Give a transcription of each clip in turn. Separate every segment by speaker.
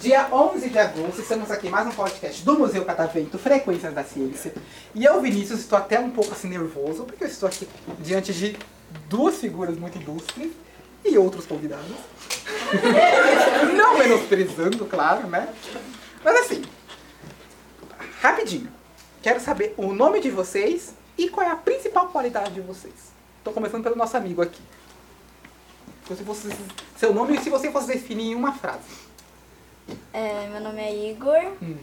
Speaker 1: Dia 11 de agosto, estamos aqui em mais um podcast do Museu Catavento Frequências da Ciência. E eu, Vinícius, estou até um pouco assim nervoso, porque eu estou aqui diante de duas figuras muito ilustres e outros convidados. Não menosprezando, claro, né? Mas assim, rapidinho. Quero saber o nome de vocês e qual é a principal qualidade de vocês. Estou começando pelo nosso amigo aqui. Então, se você- seu nome, se você fosse definir em uma frase.
Speaker 2: É, meu nome é Igor.
Speaker 1: Hum.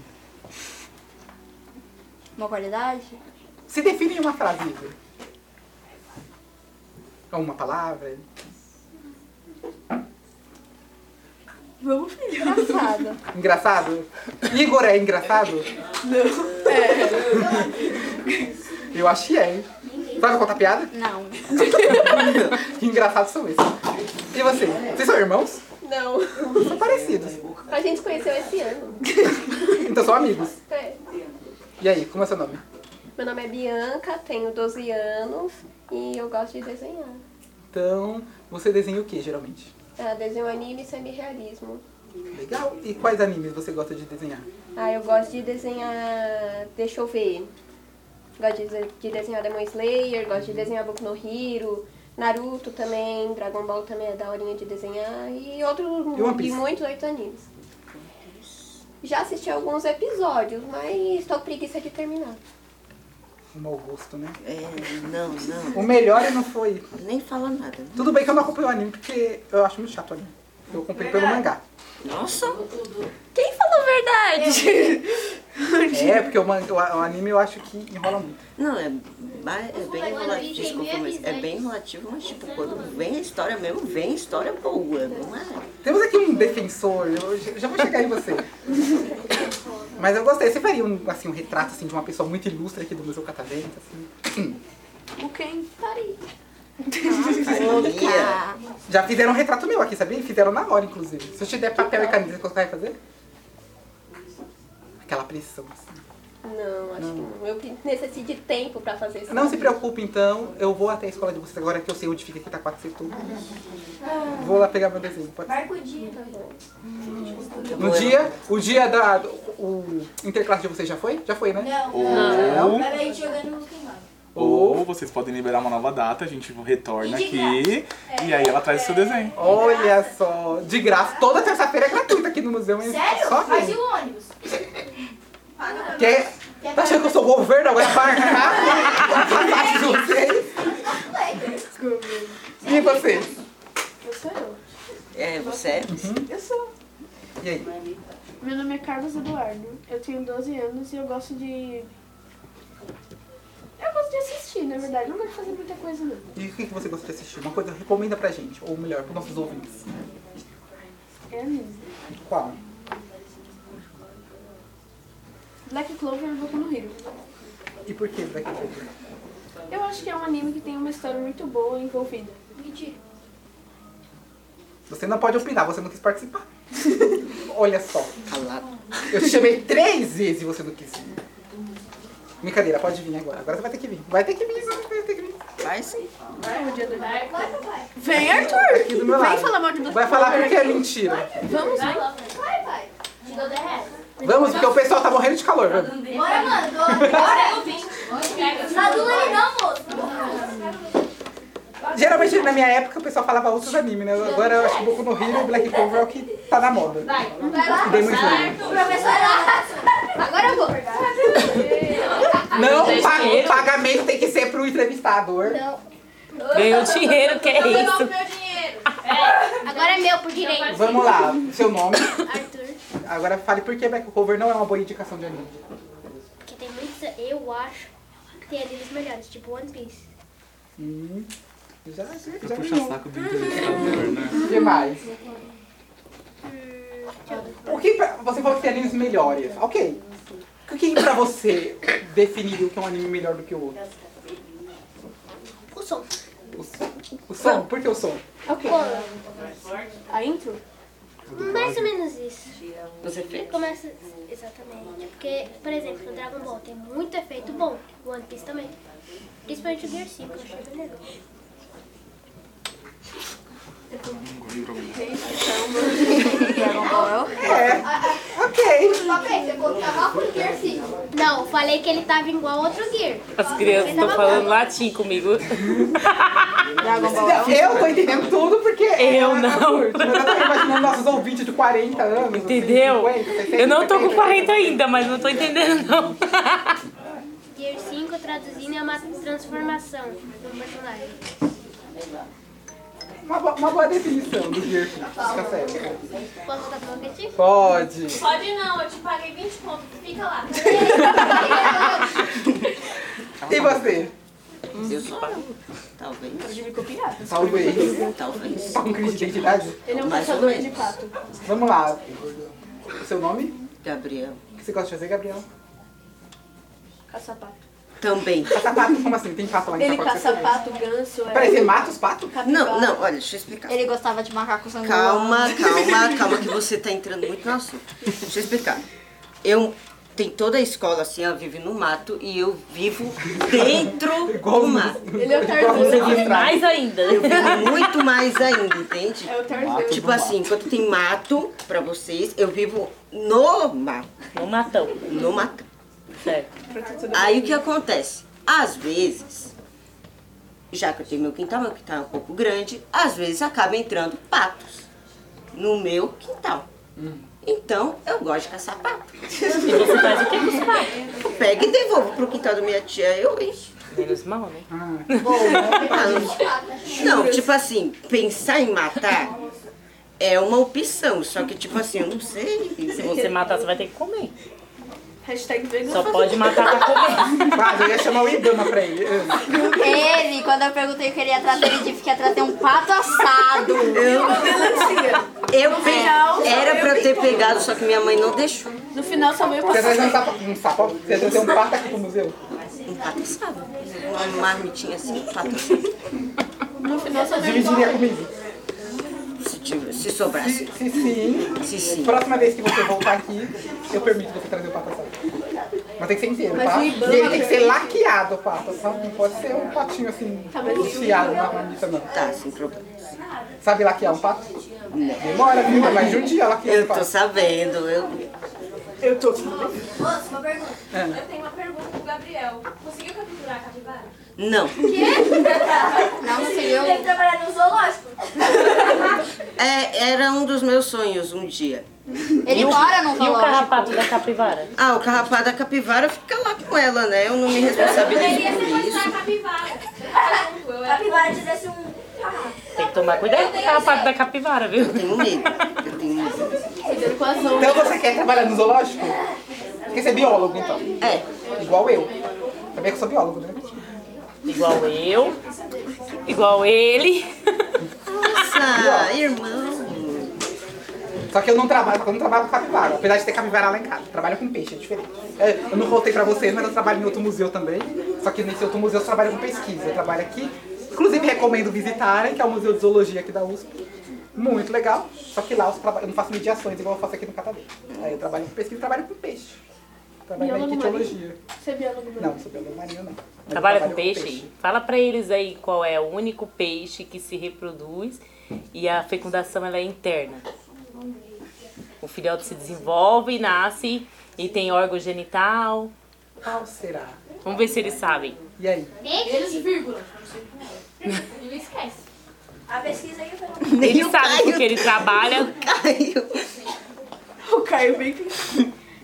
Speaker 2: Uma qualidade?
Speaker 1: Se define em uma frase, Igor. Ou uma palavra.
Speaker 2: Vamos, filho. Engraçado.
Speaker 1: Engraçado? Igor é engraçado?
Speaker 2: Não. É.
Speaker 1: Eu acho que é, hein? Sabe contar piada?
Speaker 2: Não.
Speaker 1: Que engraçado são esses. E você? Vocês são irmãos?
Speaker 3: Não,
Speaker 1: São parecidos.
Speaker 3: a gente se conheceu esse ano.
Speaker 1: Então são amigos.
Speaker 3: É.
Speaker 1: E aí, como é seu nome?
Speaker 3: Meu nome é Bianca, tenho 12 anos e eu gosto de desenhar.
Speaker 1: Então, você desenha o que, geralmente?
Speaker 3: Ah, desenho anime e semi-realismo.
Speaker 1: Legal. E quais animes você gosta de desenhar?
Speaker 3: Ah, eu gosto de desenhar. Deixa eu ver. Gosto de, dese- de desenhar Demon Slayer, gosto de desenhar Boku no Hero, Naruto também, Dragon Ball também é daorinha de desenhar e outros
Speaker 1: E One
Speaker 3: e
Speaker 1: Piece?
Speaker 3: muitos outros animes. Já assisti alguns episódios, mas estou com preguiça de terminar.
Speaker 1: O mau gosto, né?
Speaker 4: É, não, não.
Speaker 1: O melhor e não foi.
Speaker 4: Nem fala nada.
Speaker 1: Tudo bem que eu não acompanho o anime porque eu acho muito chato o anime. Eu comprei pelo mangá.
Speaker 4: Nossa,
Speaker 2: Quem falou a verdade?
Speaker 1: É, porque o, man- o a- o anime eu acho que enrola muito.
Speaker 4: não, é, ba- é bem enrolativo, desculpa, mas é bem enrolativo, mas tipo, quando vem a história mesmo, vem a história boa, não é?
Speaker 1: Temos aqui um defensor, eu já já vou chegar em você. Mas eu gostei. Você faria um, assim, um retrato assim, de uma pessoa muito ilustre aqui do Museu Catavento? Assim?
Speaker 2: O quem?
Speaker 3: Tá
Speaker 2: Parei.
Speaker 4: Ironia.
Speaker 2: Ah,
Speaker 1: Já fizeram um retrato meu aqui, sabia? Fizeram na hora, inclusive. Se eu te der papel e caneta, você vai fazer? Aquela pressão. Assim.
Speaker 3: Não, acho que não. Eu pre- necessito de tempo pra fazer isso. Tá
Speaker 1: Não se preocupe, então. Eu vou até a escola de vocês agora, que eu sei onde fica aqui, tá 4 de setembro. Vou lá pegar meu desenho. Pode ser? No dia, o dia da... O interclasse de vocês já foi? Já foi, né?
Speaker 5: Ou, ou vocês podem liberar uma nova data, a gente retorna aqui e aí ela traz o seu desenho.
Speaker 1: Olha só, de graça. Toda terça-feira é gratuita aqui no museu. Mas
Speaker 6: Sério?
Speaker 1: Só
Speaker 6: Faz
Speaker 7: um
Speaker 1: vem.
Speaker 6: o ônibus.
Speaker 1: Quer... Tá achando que eu sou o governo agora para cá? Passagem de vocês? E você?
Speaker 4: É, você
Speaker 1: Uhum. E aí?
Speaker 8: Meu nome é Carlos Eduardo, eu tenho 12 anos e eu gosto de. Eu gosto de assistir, na verdade, não gosto de fazer muita coisa não.
Speaker 1: E o que que você gosta de assistir? Uma coisa recomenda pra gente, ou melhor, pros nossos ouvintes.
Speaker 8: É anime.
Speaker 1: Qual?
Speaker 8: Black Clover e Boku no Hero.
Speaker 1: E por que Black Clover?
Speaker 8: Eu acho que é um anime que tem uma história muito boa envolvida.
Speaker 1: Você não pode opinar, você não quis participar. Olha só,
Speaker 4: calado.
Speaker 1: eu te chamei três vezes e você não quis. vir. Brincadeira, pode vir agora. Agora você vai ter que vir. Vai ter que vir, agora vai ter que vir. Tá
Speaker 4: Vai sim.
Speaker 8: Vem, Arthur!
Speaker 1: Aqui do meu lado.
Speaker 8: mal de Black
Speaker 1: Vai falar porque é mentira.
Speaker 6: Vai, vai. Te dou 10 reais.
Speaker 1: Vamos, porque o pessoal tá morrendo de calor.
Speaker 6: Bora, mano. Bora. Bora.
Speaker 7: Tá
Speaker 6: Não adula ele não, moço.
Speaker 1: Geralmente na minha época o pessoal falava outros animes, né? Agora eu acho que Boku no Hero e Black Clover é o que tá na moda.
Speaker 6: Vai lá.
Speaker 1: Demon Slayer.
Speaker 6: Professora. Agora eu vou.
Speaker 1: Não, pa- o pagamento tem que ser pro entrevistador.
Speaker 9: Ganhou dinheiro, que é isso?
Speaker 6: Agora é meu por direito.
Speaker 1: Vamos lá, seu nome. Agora fale por que Black Clover não é uma boa indicação de anime.
Speaker 6: Porque tem muitos, eu acho, que tem ali os melhores, tipo One Piece.
Speaker 1: Hum, já sei, já
Speaker 5: Puxa
Speaker 1: não.
Speaker 5: saco do entrevistador, né?
Speaker 1: O que mais? O que pra, você falou que tem animes melhores, ok. O que pra você definiria o que é um anime melhor do que o outro?
Speaker 6: O som.
Speaker 1: O som? O som? Por que o som?
Speaker 8: A intro?
Speaker 5: tudo.
Speaker 6: Mais ou menos isso.
Speaker 4: Você fez?
Speaker 6: Começa. Exatamente. Porque, por exemplo, no Dragon Ball tem muito efeito bom. O One Piece também. Principalmente o Gear 5, eu achei bem legal.
Speaker 1: Ok.
Speaker 7: Papai, você contava por ter sim.
Speaker 6: Não, falei que ele tava igual a outro Gear.
Speaker 9: As crianças
Speaker 6: Ele
Speaker 9: estão
Speaker 6: tava
Speaker 9: falando
Speaker 6: bom.
Speaker 9: latim comigo.
Speaker 1: Não, Eu tô entendendo tudo porque.
Speaker 9: Eu
Speaker 1: ela tá
Speaker 9: não.
Speaker 1: curta. Eu tô imaginando nossos ouvintes de 40 anos. assim,
Speaker 9: Entendeu?
Speaker 1: 50, 60,
Speaker 9: Eu não tô com
Speaker 1: 70.
Speaker 9: 40 ainda, mas não tô entendendo, não.
Speaker 6: Gear 5 traduzindo é uma transformação do personagem.
Speaker 1: Uma, bo- uma boa definição do Gear Shift, fica sério.
Speaker 6: Posso botar pro Pocket?
Speaker 1: Pode.
Speaker 7: Pode não, eu te paguei 20 pontos, fica lá.
Speaker 1: E você? Uhum.
Speaker 4: Eu sou. Talvez.
Speaker 1: Talvez.
Speaker 4: Talvez.
Speaker 1: Tá com crise de identidade?
Speaker 8: Ele é um
Speaker 4: Mais ou
Speaker 8: caçador de
Speaker 4: menos.
Speaker 8: pato.
Speaker 1: Vamos lá. Seu nome?
Speaker 4: Gabriel.
Speaker 1: O que você gosta de fazer, Gabriel?
Speaker 8: Caça pato.
Speaker 4: Também.
Speaker 1: Caçar pato? Como assim? Tem pato lá em
Speaker 8: Ele
Speaker 1: Cacoca?
Speaker 8: caça pato, ganso, é.
Speaker 1: Peraí, você mata os patos?
Speaker 4: Não, não, olha, deixa eu explicar.
Speaker 7: Ele gostava de macacos
Speaker 4: Calma, calma, calma, que você tá entrando muito no assunto. Deixa eu explicar. Eu tem toda a escola assim, ela vive no mato e eu vivo dentro do mato.
Speaker 8: Ele é o
Speaker 1: Você
Speaker 8: Tarzan.
Speaker 1: vive atrás.
Speaker 9: Mais ainda.
Speaker 4: Eu vivo muito mais ainda, entende?
Speaker 8: É o Tarzan.
Speaker 4: Tipo assim, quando tem mato pra vocês, eu vivo no mato,
Speaker 9: Um matão.
Speaker 4: no mato.
Speaker 9: Certo.
Speaker 4: Aí o que acontece? Às vezes, já que eu tenho meu quintal, meu quintal é um pouco grande, às vezes acaba entrando patos no meu quintal. Então, eu gosto de caçar pato.
Speaker 9: Hum. E você faz o que com os pais?
Speaker 4: Eu pego e devolvo pro quintal da minha tia, eu encho.
Speaker 9: Menos mal, né?
Speaker 4: Ah, Não, Não, tipo assim, pensar em matar é uma opção, só que tipo assim, eu não sei.
Speaker 9: Se você matar, você vai ter que comer.
Speaker 8: Hashtag vegano.
Speaker 9: Só pode matar pra comer.
Speaker 1: Quase, eu ia chamar o Ibama pra ele.
Speaker 7: Ele, quando eu perguntei o que ele ia trazer, ele disse que ia trazer um pato assado.
Speaker 4: Eu pe...
Speaker 8: final,
Speaker 4: era pra eu ter pegado, só que minha mãe não deixou.
Speaker 8: No final só veio
Speaker 1: Você
Speaker 8: passar.
Speaker 1: traz um sapo, um sapo, você traz um pato aqui pro museu?
Speaker 4: Um pato sabe? Uma marmitinha assim, um pato assado.
Speaker 8: No final só veio
Speaker 1: Dividiria comigo.
Speaker 4: se, tiv- se sobrasse.
Speaker 1: Se, se sim,
Speaker 4: Se sim.
Speaker 1: próxima vez que você voltar aqui, eu permito você trazer o pato assado. Mas tem que ser inteiro, tá?
Speaker 8: o
Speaker 1: E
Speaker 8: Ibama-
Speaker 1: ele tem que ser laqueado, o pato assado. Não pode ser um patinho assim, enfiado na marmita, não.
Speaker 4: Tá, sem problema.
Speaker 1: Sabe laquear um pato? Demora, viu? Mas de um dia laquear um
Speaker 4: Eu tô
Speaker 1: pato.
Speaker 4: sabendo, eu
Speaker 1: Eu tô...
Speaker 7: Moço, uma pergunta.
Speaker 1: É.
Speaker 7: Eu tenho uma pergunta pro Gabriel. Conseguiu capturar a capivara?
Speaker 4: não.
Speaker 7: Não conseguiu. Deve trabalhar no zoológico.
Speaker 4: É, era um dos meus sonhos um dia.
Speaker 7: Ele mora num
Speaker 9: E o
Speaker 7: zoológico.
Speaker 9: carrapato da capivara?
Speaker 4: Ah, o carrapato da capivara fica lá com ela, né? Eu não me responsabilizo por isso.
Speaker 7: Capivara te desse um...
Speaker 9: Tem que tomar cuidado com o carrapato da capivara, viu?
Speaker 4: Eu tenho medo. Eu tenho medo.
Speaker 3: tá
Speaker 8: vegano com as ondas.
Speaker 1: Então você quer trabalhar no zoológico? Quer ser biólogo, então?
Speaker 4: É,
Speaker 1: Igual eu. Também que eu sou biólogo, né?
Speaker 9: Igual eu. Igual ele.
Speaker 4: nossa, irmão.
Speaker 1: Só que eu não trabalho, eu não trabalho com capivara. Apesar de ter capivara lá em casa. Eu Trabalho com peixe, é diferente. É, Eu não contei pra vocês, mas eu trabalho em outro museu também. Só que nesse outro museu eu trabalho com pesquisa. Eu trabalho aqui. Inclusive recomendo visitarem, que é o Museu de Zoologia aqui da USP. Muito legal. Só que lá eu, traba- eu não faço mediações igual eu faço aqui no Catavento. Aí eu trabalho com pesquisa e trabalho com peixe. Trabalho na
Speaker 8: Biólogo
Speaker 1: etiologia.
Speaker 8: Você é biólogo mesmo.
Speaker 1: Não, não sou biólogo marinho, não. Mas eu
Speaker 9: Trabalha
Speaker 1: trabalho
Speaker 9: com peixe? Fala pra eles aí qual é o único peixe que se reproduz e a fecundação ela é interna. O filhote se desenvolve, nasce e tem órgão genital.
Speaker 1: Qual será?
Speaker 9: Vamos ver se eles sabem.
Speaker 1: E aí?
Speaker 7: A pesquisa aí foi...
Speaker 9: Eles
Speaker 4: o
Speaker 9: sabem
Speaker 4: Caio-
Speaker 9: porque ele trabalha
Speaker 4: Caiu.
Speaker 8: O Caio vem que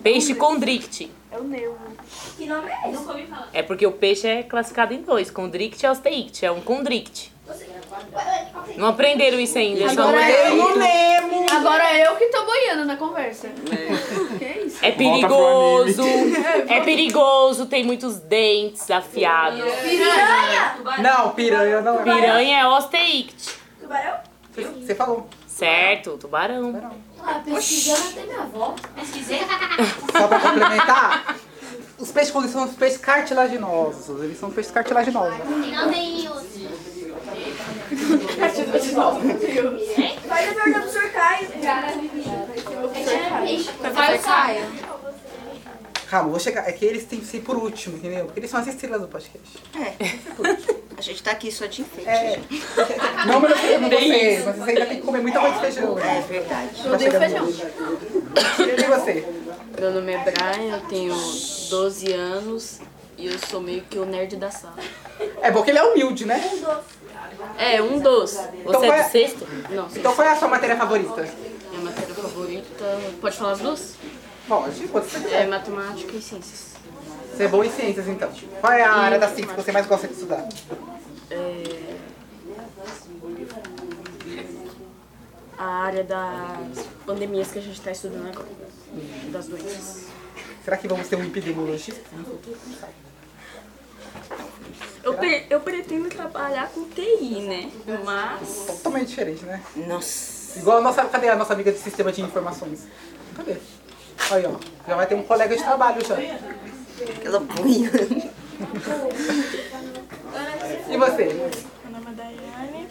Speaker 9: peixe condricte.
Speaker 8: é o nervo.
Speaker 7: Que nome é esse?
Speaker 9: É porque o peixe é classificado em dois, condricte e osteicte. É um condricte. Não aprenderam isso ainda, é só um
Speaker 8: Agora eu
Speaker 9: conceito.
Speaker 8: Agora eu que tô boiando na conversa. Que isso?
Speaker 9: É
Speaker 5: Volta pro
Speaker 9: perigoso, é perigoso, tem muitos dentes afiados.
Speaker 1: Não, piranha não é.
Speaker 9: Piranha é osteicte,
Speaker 7: Tubarão?
Speaker 1: Você falou.
Speaker 9: certo? Tubarão.
Speaker 1: Só pra complementar, os peixes quando são os peixes cartilaginosos. Eles são peixes cartilaginosos.
Speaker 6: Não tem osso.
Speaker 8: Partido de novo. Deus. Mas ele perguntou pro senhor Caio.
Speaker 7: Vai, Caio.
Speaker 1: Calma, vou chegar. É que eles têm que ser por último, entendeu? Porque eles são as estrelas do podcast.
Speaker 4: A gente tá aqui só de enfeite.
Speaker 1: É. Não, mas eu sei com vocês, mas vocês ainda tem que comer muito arroz e feijão.
Speaker 4: É
Speaker 1: né?
Speaker 4: verdade.
Speaker 1: Tá chegando hoje. E você?
Speaker 10: Meu nome é Brian, eu tenho 12 anos e eu sou meio que o nerd da sala.
Speaker 1: É porque ele é humilde, né?
Speaker 10: É, um dos.
Speaker 1: Então
Speaker 9: Você
Speaker 1: qual
Speaker 9: é
Speaker 1: é-
Speaker 9: do sexto?
Speaker 10: Não, sim.
Speaker 1: Então qual é a sua matéria favorita?
Speaker 10: Minha matéria favorita. Pode falar as duas?
Speaker 1: Pode, pode ser.
Speaker 10: É matemática e ciências.
Speaker 1: Você é bom em ciências, então. Qual é a área da ciência que você mais gosta de estudar?
Speaker 10: A área das pandemias que a gente tá estudando agora. Das doenças.
Speaker 1: Será que vamos ter um epidemiologista?
Speaker 10: Eu, pre- eu pretendo trabalhar com TI, né? Mas.
Speaker 1: Totalmente diferente, né?
Speaker 4: Nossa.
Speaker 1: Igual a nossa. Cadê a nossa amiga de sistema de informações? Cadê? Aí, ó. Já vai ter um colega de trabalho já.
Speaker 4: Aquela bunha.
Speaker 1: E você?
Speaker 8: Meu nome é Daiane,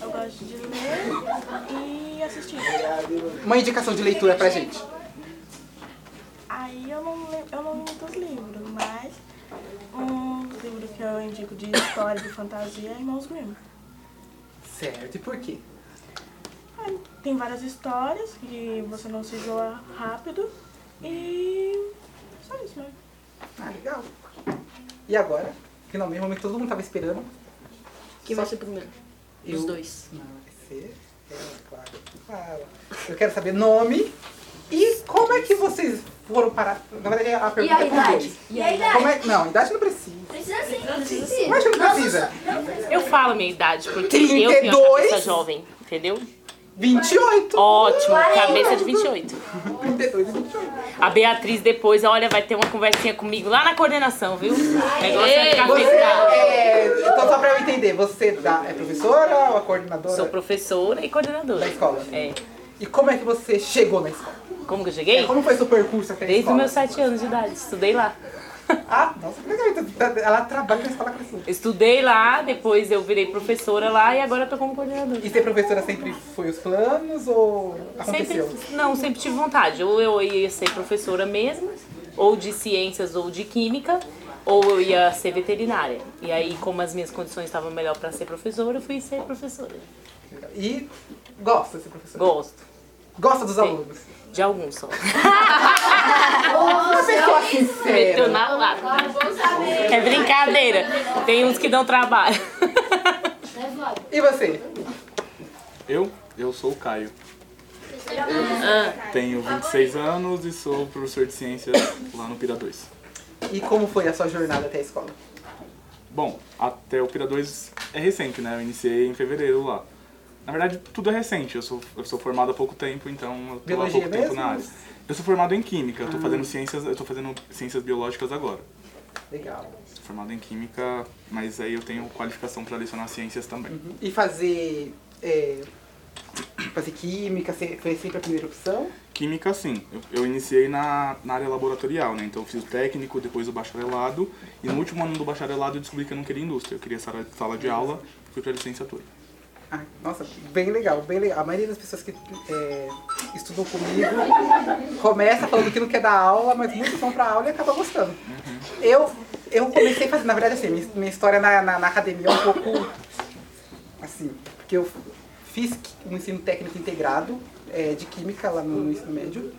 Speaker 8: eu gosto de ler e assistir.
Speaker 1: Uma indicação de leitura pra gente.
Speaker 8: Aí eu não lembro, eu não lembro dos livros, mas um livro que eu indico de história, de fantasia é Irmãos Grimm.
Speaker 1: Certo, e por quê?
Speaker 8: Aí tem várias histórias que você não se joa rápido e só isso mesmo.
Speaker 1: Ah, legal. E agora? Finalmente, o momento que todo mundo tava esperando.
Speaker 10: Quem vai ser primeiro?
Speaker 1: Eu-
Speaker 10: Os dois.
Speaker 1: Não, vai ser. ela, claro. Fala. Eu quero saber nome e como é que vocês foram parar. Na verdade, a pergunta é com dois.
Speaker 7: E aí,
Speaker 1: Como é... Não, idade não precisa.
Speaker 6: Precisa sim.
Speaker 1: Eu acho que não precisa.
Speaker 9: Eu falo a minha idade, porque eu tenho
Speaker 1: 32.
Speaker 9: a cabeça jovem, entendeu?
Speaker 1: 28.
Speaker 9: Ótimo, cabeça de 28.
Speaker 1: 32 e 28.
Speaker 9: A Beatriz depois, olha, vai ter uma conversinha comigo lá na coordenação, viu? O negócio é ficar
Speaker 1: Você
Speaker 9: fechado.
Speaker 1: é. Então, só pra eu entender, você dá- é professora ou a coordenadora
Speaker 9: Sou professora e coordenadora.
Speaker 1: da escola?
Speaker 9: É.
Speaker 1: E como é que você chegou na escola?
Speaker 9: Como que eu
Speaker 1: É,
Speaker 9: cheguei?
Speaker 1: como foi seu percurso até a
Speaker 9: Desde os
Speaker 1: escola?
Speaker 9: meus 7 anos de idade, estudei lá.
Speaker 1: Ah, nossa, que legal. Então, tá- Ela trabalha na escola crescente.
Speaker 9: Estudei lá, depois eu virei professora lá e agora eu tô como coordenadora.
Speaker 1: E ser professora sempre foi os planos ou
Speaker 9: Sempre,
Speaker 1: aconteceu?
Speaker 9: não, sempre tive vontade. Ou eu ia ser professora mesmo, ou de ciências ou de química, ou eu ia ser veterinária. E aí, como as minhas condições estavam melhor para ser professora, eu fui ser professora.
Speaker 1: E gosta de ser professora?
Speaker 9: Gosto.
Speaker 1: Gosta dos alunos?
Speaker 9: De alguns só.
Speaker 1: Uma pessoa
Speaker 9: Meteu
Speaker 1: é sincera.
Speaker 9: na lata. É brincadeira. Tem uns que dão trabalho.
Speaker 1: E você?
Speaker 5: Eu? Eu sou o Caio. Tenho 26 anos e sou professor de ciências lá no Pira 2.
Speaker 1: E como foi a sua jornada até a escola?
Speaker 5: Bom, até o Pira 2 é recente, né? Eu iniciei em fevereiro lá. Na verdade, tudo é recente. Eu sou, eu sou formado há pouco tempo, então eu tô há
Speaker 1: Biologia
Speaker 5: pouco tempo
Speaker 1: mesmo? Ah.
Speaker 5: na área. Eu sou formado em química, eu tô fazendo ciências, eu tô fazendo ciências biológicas agora.
Speaker 1: Legal.
Speaker 5: Sou formado em química, mas aí eu tenho qualificação para lecionar ciências também.
Speaker 1: E fazer. é, fazer química se- foi sempre a primeira opção?
Speaker 5: Química, sim. Eu, eu iniciei na, na área laboratorial, né? Então eu fiz o técnico, depois o bacharelado. E no último ano do bacharelado eu descobri que eu não queria indústria. Eu queria sala, sala de aula, fui pra licenciatura.
Speaker 1: Ai, nossa, bem legal, bem legal. A maioria das pessoas que é, estudam comigo começa falando que não quer dar aula, mas muitos vão pra aula e acabam gostando. Eu, eu comecei fazendo, na verdade, assim, minha, minha história na, na, na academia é um pouco assim, porque eu fiz qui- um ensino técnico integrado é, de química lá no, no ensino médio.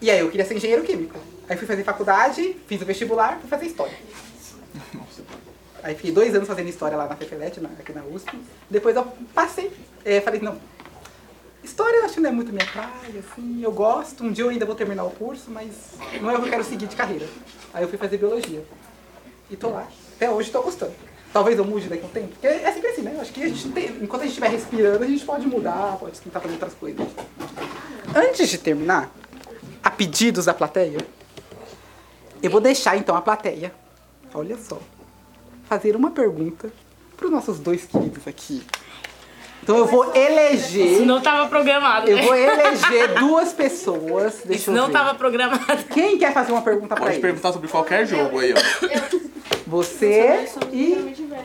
Speaker 1: E aí eu queria ser engenheiro químico. Aí fui fazer faculdade, fiz o vestibular, fui fazer história. Aí fiquei dois anos fazendo história lá na Fefelete, na- aqui na USP. Depois eu passei, é, falei, não, história eu acho que não é muito minha praia, assim, eu gosto, um dia eu ainda vou terminar o curso, mas não é o que eu quero seguir de carreira. Aí eu fui fazer biologia. E tô lá. Até hoje tô gostando. Talvez eu mude daqui a um tempo, porque é sempre assim, né? Eu acho que a gente tem- enquanto a gente estiver respirando, a gente pode mudar, pode tentar fazer outras coisas. Antes de terminar, a pedidos da plateia, eu vou deixar então a plateia, olha só, fazer uma pergunta para os nossos dois queridos aqui. Então eu vou eleger.
Speaker 9: Não tava programado.
Speaker 1: Eu
Speaker 9: né?
Speaker 1: vou eleger duas pessoas. Deixa
Speaker 9: Isso
Speaker 1: eu
Speaker 9: não
Speaker 1: ver.
Speaker 9: tava programado.
Speaker 1: Quem quer fazer uma pergunta pra
Speaker 5: Pode
Speaker 1: ele?
Speaker 5: perguntar sobre qualquer jogo aí, ó.
Speaker 1: Você e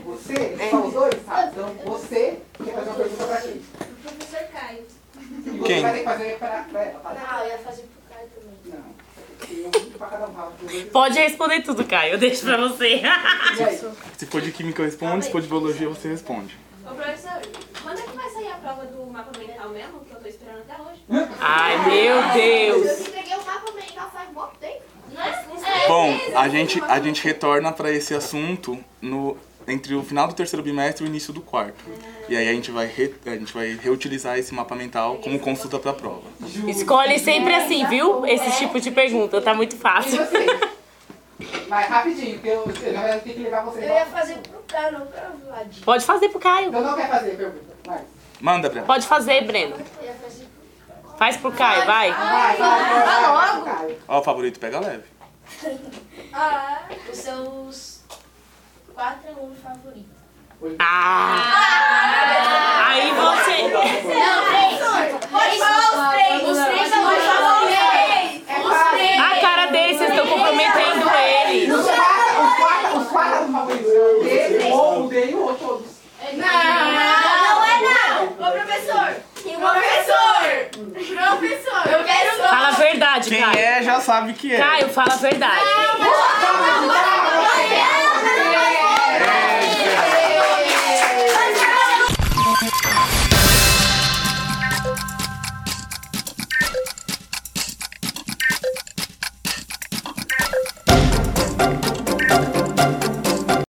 Speaker 1: você. Só os dois? Tá. Então você quer fazer uma pergunta pra quem?
Speaker 6: Professor Caio.
Speaker 1: Você
Speaker 11: Quem?
Speaker 1: vai ter que fazer pra, pra ela, tá? Não,
Speaker 12: eu ia fazer pro cara também.
Speaker 1: Não. Eu, pra cada um, tá?
Speaker 9: Pode responder tudo, Caio. Eu deixo pra você.
Speaker 5: Se for de química, eu respondo. Se for de biologia, você responde.
Speaker 13: Ô, professor, quando é que vai sair a prova do mapa mental mesmo? Que eu tô esperando até hoje.
Speaker 5: Ai, meu Deus.
Speaker 13: Eu entreguei o mapa mental faz bom tempo. Né?
Speaker 5: Bom, a gente, a gente retorna para esse assunto no, entre o final do terceiro bimestre e o início do quarto. E aí a gente vai, re- a gente vai reutilizar esse mapa mental como consulta para a prova.
Speaker 9: Escolhe sempre assim, viu? Esse tipo de pergunta. Tá muito fácil.
Speaker 1: Vai rapidinho, porque eu, eu, na verdade, tenho que levar
Speaker 12: Eu
Speaker 1: vocês
Speaker 12: ia fazer pro cara, não pra Vlad.
Speaker 9: Pode fazer pro Caio.
Speaker 1: Eu não quero fazer a pergunta. Vai.
Speaker 5: Manda, Breno.
Speaker 9: Pode fazer, Breno.
Speaker 12: Eu ia fazer
Speaker 9: Faz pro Caio, vai.
Speaker 12: Vai, vai, vai logo.
Speaker 5: Ó, o favorito pega leve.
Speaker 12: Ah, os seus quatro alunos favoritos.
Speaker 9: Ah! Aí você.
Speaker 12: Não, três. Pode falar os três. Os três alunos favoritos. Os três.
Speaker 9: A cara dele, vocês estão comprometendo ele.
Speaker 1: Os quatro, os quatro, os quatro são favoritos. Eu odeio ou odeio ou todos.
Speaker 12: Não, não é não. Ô, professor. Professor. Professor. Eu quero
Speaker 9: Fala a verdade,
Speaker 5: Quem
Speaker 9: Caio.
Speaker 5: é, já sabe que é.
Speaker 9: Tá, Caio, fala a verdade.
Speaker 12: Não, não, não, não, não,